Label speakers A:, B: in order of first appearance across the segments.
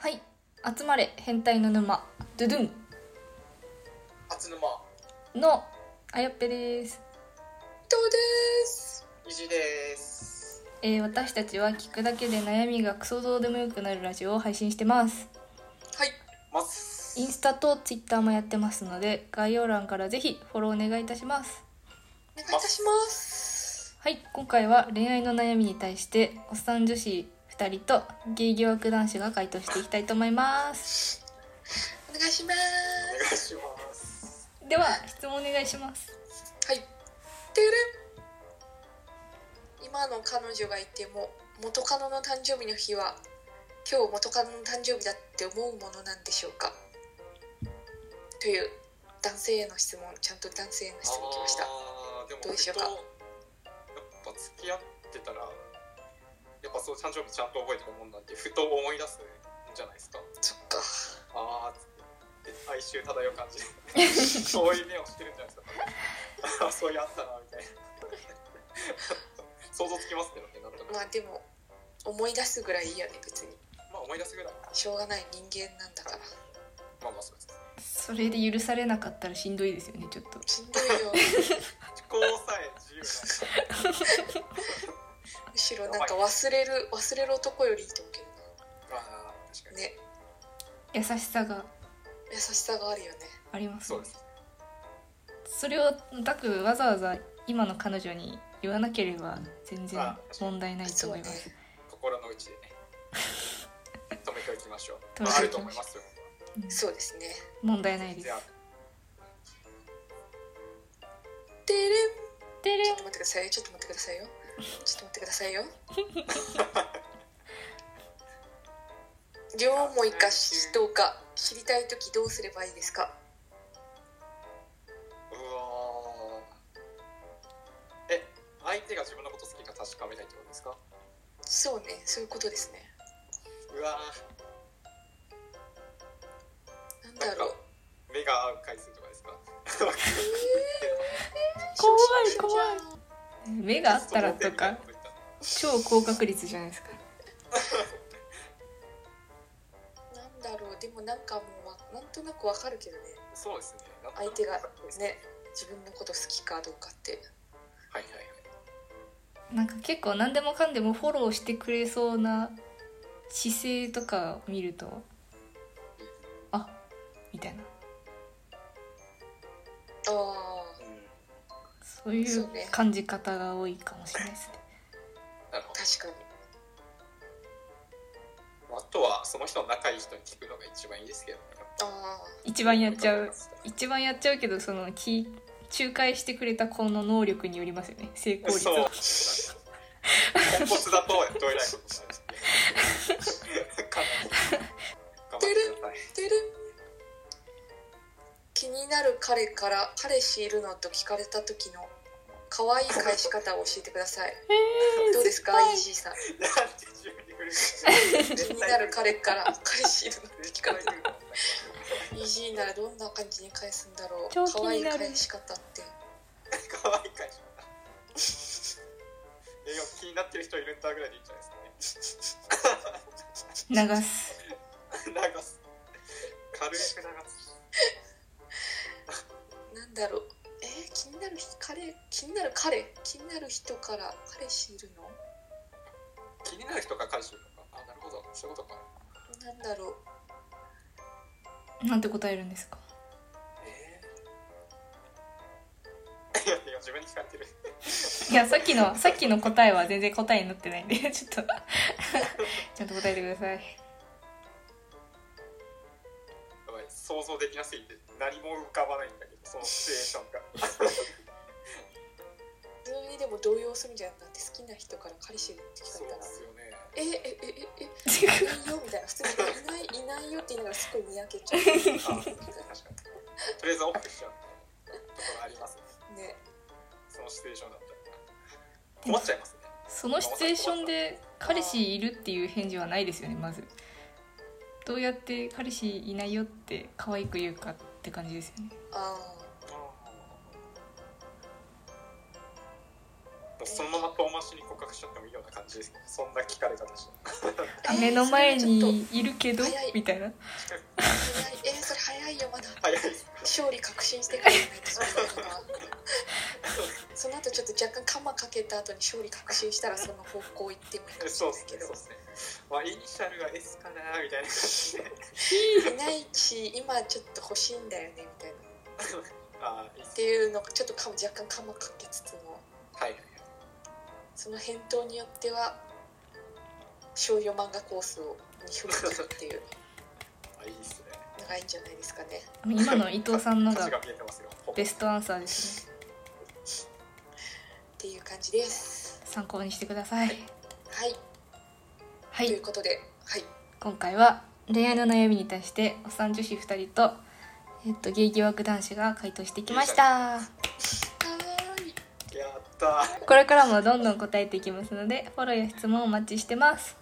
A: 集まれ変態の沼ドゥドゥ
B: 初沼
A: ンのあやっぺです、
B: どうですゆじです
A: えー私たちは聞くだけで悩みがクソどうでもよくなるラジオを配信してます
B: はいます
A: インスタとツイッターもやってますので概要欄からぜひフォローお願いいたします
B: お願いいたします
A: はい今回は恋愛の悩みに対しておっさん女子2人とゲイ疑惑男子が回答していきたいと思います
B: お願いしま
C: お願いします。
A: では質問お願いします
B: すはいてるん今の彼女がいても元カノの誕生日の日は今日元カノの誕生日だって思うものなんでしょうかという男性への質問ちゃんと男性への質問きました
C: あーでも
B: どうしようか
C: 割とやっぱ付き合ってたら、やっぱそう誕生日ちゃんと覚えてるもんなんで、ふと思い出すんじゃないですか。
B: そっか
C: ああ、って哀愁漂う感 じで。そういう目をしてるんじゃないですか。あーそういうあったな、みたいな。想像つきますけどね、なんとなく。
B: まあでも思い出すぐらいいいよね別に
C: まあ思い出すぐらい。
B: しょうがない人間なんだから
C: まあまあそうです。
A: それで許されなかったらしんどいですよねちょっと
B: しんどいよ
C: 思考さえ自由な。
B: むしろなんか忘れる忘れる男よりいいと思うけど
C: ああ、確か
B: な
C: に。
B: ね
A: 優しさが
B: 優しさがあるよね
A: あります
C: そ
A: ね
C: うです。
A: それをタクわざわざ今の彼女に言わなければ全然問題ないと思います、
C: 心の内でね。止めておきましょう。
A: 止めておきましょう
C: まああると思いますよ。
B: そうですね
A: 問題ないです
C: じゃあ
B: てれん
A: てれ
B: ちょっと待ってくださいよちょっと待ってくださいよちょっと待ってくださいよ 両思いか人か知りたい時どうすればいいですか
C: うわーえ相手が自分のこと好きか確かめたいってことですか
B: そうねそういうことですね
C: うわ
B: なん
C: ーな
B: だ
C: んか
B: ろう
C: 目が合う回数とかですか
A: 怖い怖い目があったらとか
C: その手みたいなこと言った
A: 超高確率じゃないですか
B: なんだろうでもなんかもうわなんとなくわかるけどね
C: そうですねなんか
B: 相手が
C: はい
B: ね自分のこと好きかどうかって
C: はいはい
A: なんか結構何でもかんでもフォローしてくれそうな姿勢とか見るとあみたいな
B: ああ
C: うん
A: そういう感じ方が多いかもしれないですね
C: なるほ
B: 確かに
C: どあとはその人の仲いい人に聞くのが一番いいですけどね
B: あ
A: 一番やっちゃう一番やっちゃうけどそのき仲介してくれた子の能力によりますよね成 功率
C: そう
A: は
C: ポンコツだとどえらいことになるしか頑張ってください
B: あてる気になる彼から「彼氏いるの?」と聞かれた時の可愛い返し方を教えてくださいどうですか
A: 酸っぱい
B: EG さん
C: なんて急に振る
B: 気になる彼から 「彼氏いるの?」って聞
C: 絶
B: か
C: 対
B: れ
C: 来
B: た
C: ると思った
B: EG ならどんな感じに返すんだろう
A: 超気
B: 可愛
A: に
B: い
A: なる
B: 返し方って
C: 可愛い会社だ。え、気になってる人いるんだぐらいでいいんじゃないです
A: 流す
C: かね。流す。軽く流す。
B: なんだろうえー、気になる人彼気になる彼気になる人から「彼氏いるの?
C: 気になる人が彼氏いるのか。あ、なるほど。そういうことか。」
B: なんだろう
A: なんて答えるんですか
C: えー、いや、いや自分に聞かれてる。
A: いやさっきのさっきの答えは全然答えになってないんで ちょっとちゃんと答えてください
C: やばい想像できなすぎて何も浮かばないんだけど、そのシチュエーションが。
B: 普通にでも動揺するんじゃなくて好きな人から彼氏いるって聞か
C: そう
B: れた
C: で
B: ら
C: すよね。
B: ええええええいいよみたいな普通にいないいないよって言いながらすごいにやけちゃ
C: あ、確かに。とりあえずオフしちゃうみたいなところありますね。
B: うね
C: そのシチュエーションだったら。困っちゃいますね。
A: そのシチュエーションで「彼氏いる?」っていう返事はないですよねまずどうやって「彼氏いないよ」って可愛く言うかって感じですよね
B: あ
C: どうそのまま遠回しに告白しちゃってもいいような感じですねそんな聞かれ方して
B: えー
A: 目の前
B: それはちょっと
A: にいるけど
B: 早い
A: みたいな
B: 早いえーそれ早いよまだ
C: 早いです
B: 勝利確信してからじゃないとそんなことがその後ちょっと若干カマかけた後に勝利確信したらその方向行ってもいいか
C: ね
B: もし
C: そう
B: れな
C: ですね
B: いけど
C: そうですねまあイニシャルが S かなみたいな感じで
B: いないし今ちょっと欲しいんだよねみたいなっ
C: ああいいです
B: て
C: ね
B: いうのがちょっとかも若干カマかけつつも
C: はいはい
B: その返答によっては少女漫画コースをに評価するっていう
C: はいあいいですね
B: のがいいんじゃないですかね
A: 今の伊藤さんの
C: 価値
A: が
C: が見えてますよほ ぼ
A: ベストアンサーですね
B: っていう感じです
A: 参考にしてください
B: はい、
A: は
B: という
A: い
B: ことではい
A: 今回は恋愛の悩みに対しておっさん女子2人とえっとゲイ疑惑男子が回答してきました
B: はーい
C: やったー
A: これからもどんどん答えていきますのでフォローや質問お待ちしてます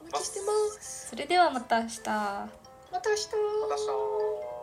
B: お待ちしてます
A: それではまた明日
B: また明日
C: また明日